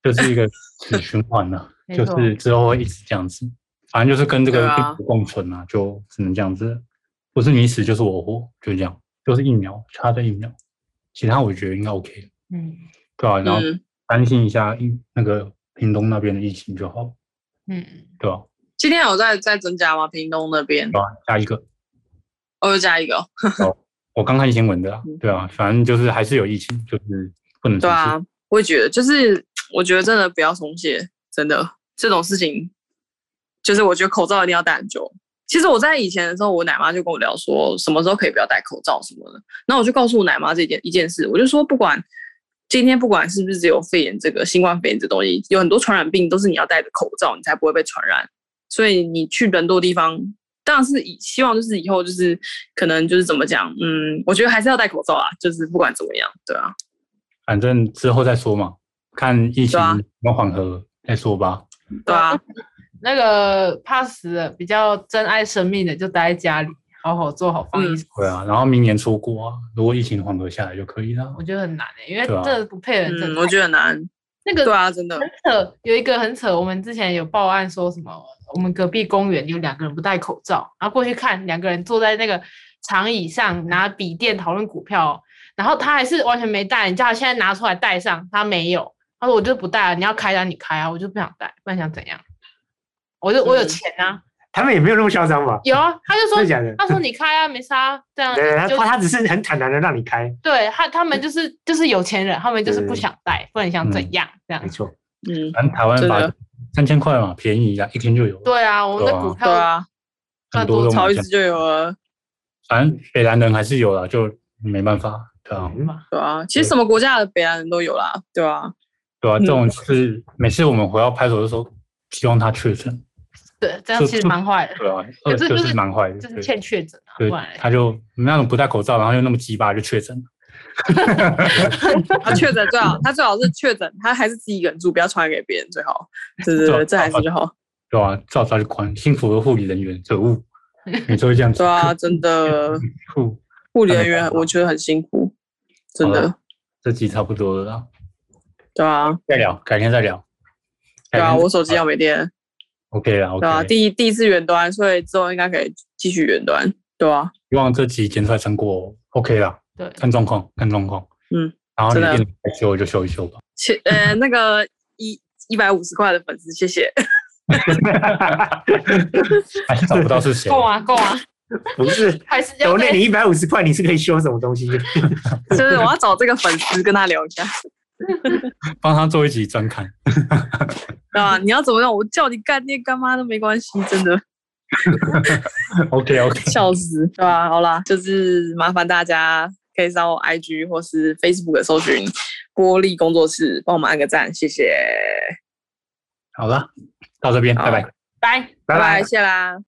B: 就是一个死循环了、
C: [laughs] 没
B: 就
C: 错
B: 是之后会一直这样子，反正就是跟这个
A: 对啊
B: 病毒共存啊，就只能这样子，不是你死就是我活，就这样，就是疫苗，插的疫苗，其他我觉得应该 OK，
C: 嗯
B: 对吧、啊然后
A: 嗯，
B: 担心一下疫那个屏东那边的疫情就好，
C: 嗯，
B: 对吧、啊
A: 今天有在在增加吗？屏东那边，
B: 对吧、啊下一个，
A: 我又加一个哦，
B: 我刚看新闻的、啊，对啊，反正就是还是有疫情，就是不能
A: 嗯对
B: 出去。
A: 啊，我也觉得，就是我觉得真的不要松懈，真的这种事情，就是我觉得口罩一定要戴很久。其实我在以前的时候，我奶妈就跟我聊说，什么时候可以不要戴口罩什么的。那我就告诉我奶妈这件一件事，我就说，不管今天不管是不是只有肺炎这个新冠肺炎这东西，有很多传染病都是你要戴着口罩，你才不会被传染。所以你去人多地方，当然是以希望就是以后就是可能就是怎么讲，嗯，我觉得还是要戴口罩啊，就是不管怎么样，对啊，
B: 反正之后再说嘛，看疫情
A: 对啊
B: 有没有缓和再说吧。
A: 对啊。
C: 那个怕死的、比较珍爱生命的，就待在家里，好好做好防疫
A: 嗯。
B: 对啊，然后明年出国啊，如果疫情缓和下来就可以了。
C: 我觉得很难诶、因为
B: 对啊
C: 这不配人真
A: 嗯，
C: 的
A: 我觉得很难。
C: 那个
A: 对啊，真的
C: 很，扯，有一个很扯，我们之前有报案说什么，我们隔壁公园有两个人不戴口罩，然后过去看两个人坐在那个长椅上拿笔电讨论股票哦，然后他还是完全没戴，你叫他现在拿出来戴上，他没有，他说我就不戴了，你要开啊你开啊，我就不想戴，不然想怎样？我就我有
A: 嗯
C: 钱啊，
D: 他们也没有那么嚣张吧？
C: 有啊，他就
D: 真的
C: 说
D: 假的？
C: 他说你开啊没啥、啊，这样
D: 对，他
C: 就
D: 他只是很坦然的让你开，
C: 对他他们就是就是有钱人，他们就是不
D: 对
C: 想戴，不然你想
B: 嗯
C: 怎样这样
D: 没？错，
A: 嗯，
B: 反正台湾
A: 真
B: 法
A: 的
B: 三千块嘛，便宜啊，一天就有。，
C: 对啊，我们
B: 对
C: 的
B: 啊
A: 对
C: 股票
A: 啊，
B: 很
C: 赚
B: 多
C: 多
B: 都
A: 超
B: 买
A: 一
B: 这
A: 次
B: 样
A: 就有了，
B: 反正北南人还是有了，就没办法，对啊，
D: 嗯 [laughs]
C: 嘛，
A: 对啊。其实什么国家的北岸人都有啦，对 [laughs] 啊，
B: 对啊，
A: 嗯
B: 这种就是每次我们回到派出所就说希望他确诊，
C: 对，这样其实蛮坏的，
B: 对啊，
C: 就
B: 二
C: 是
B: 就是是蛮坏的，
C: 就是
B: 对
C: 欠确诊啊，不
B: 对
C: 然，嘞
B: 他就那种不戴口罩，然后又那么鸡巴就确诊了。
A: 他确诊最好，他最好是确诊，他还是自己一个人住，不要传染给别人最好。对对对，这还是最好。
B: 对吧、啊？照早就管辛苦的护理人员责物，你就会这样子。
A: [laughs] 对啊，真的，
B: 酷，
A: 护理人员我觉得很辛苦，真
B: 好
A: 的。
B: 这集差不多了啦，
A: 对啊，
B: 再聊，改天再聊。
A: 对啊，
B: 改天再
A: 我手机要没电，
B: OK 了，OK
A: 对啊，第一第一次远端，所以之后应该可以继续远端，对啊，
B: 希望这集剪出来成果 OK 啦，
C: 对，
B: 看状况，看状况。
A: 嗯，
B: 然后你
A: 真的
B: 电脑该修就修一修吧。
A: 切呃那个一一百五十块的粉丝，谢谢。 [laughs]
B: 还是找不到是
A: [laughs]
B: 谁？
C: 够啊够啊，
D: 不是，
C: 还是要
D: 抖内
C: 再
D: 你一百五十块，你是可以修什么
C: [laughs]
D: 东西？
A: 就是我要找这个粉丝跟他聊一下，
B: 帮他做一集专刊。
A: 对吧、你要怎么样，我叫你干爹干妈都没关系，真的
B: OK OK，
A: 笑死，对吧、好啦，就是麻烦大家可以上我 IG 或是 Facebook 搜寻玻璃工作室，帮我们按个赞，谢谢，
B: 好了，到这边，
A: 好
B: 拜拜。
C: 拜。
A: 拜拜，谢啦。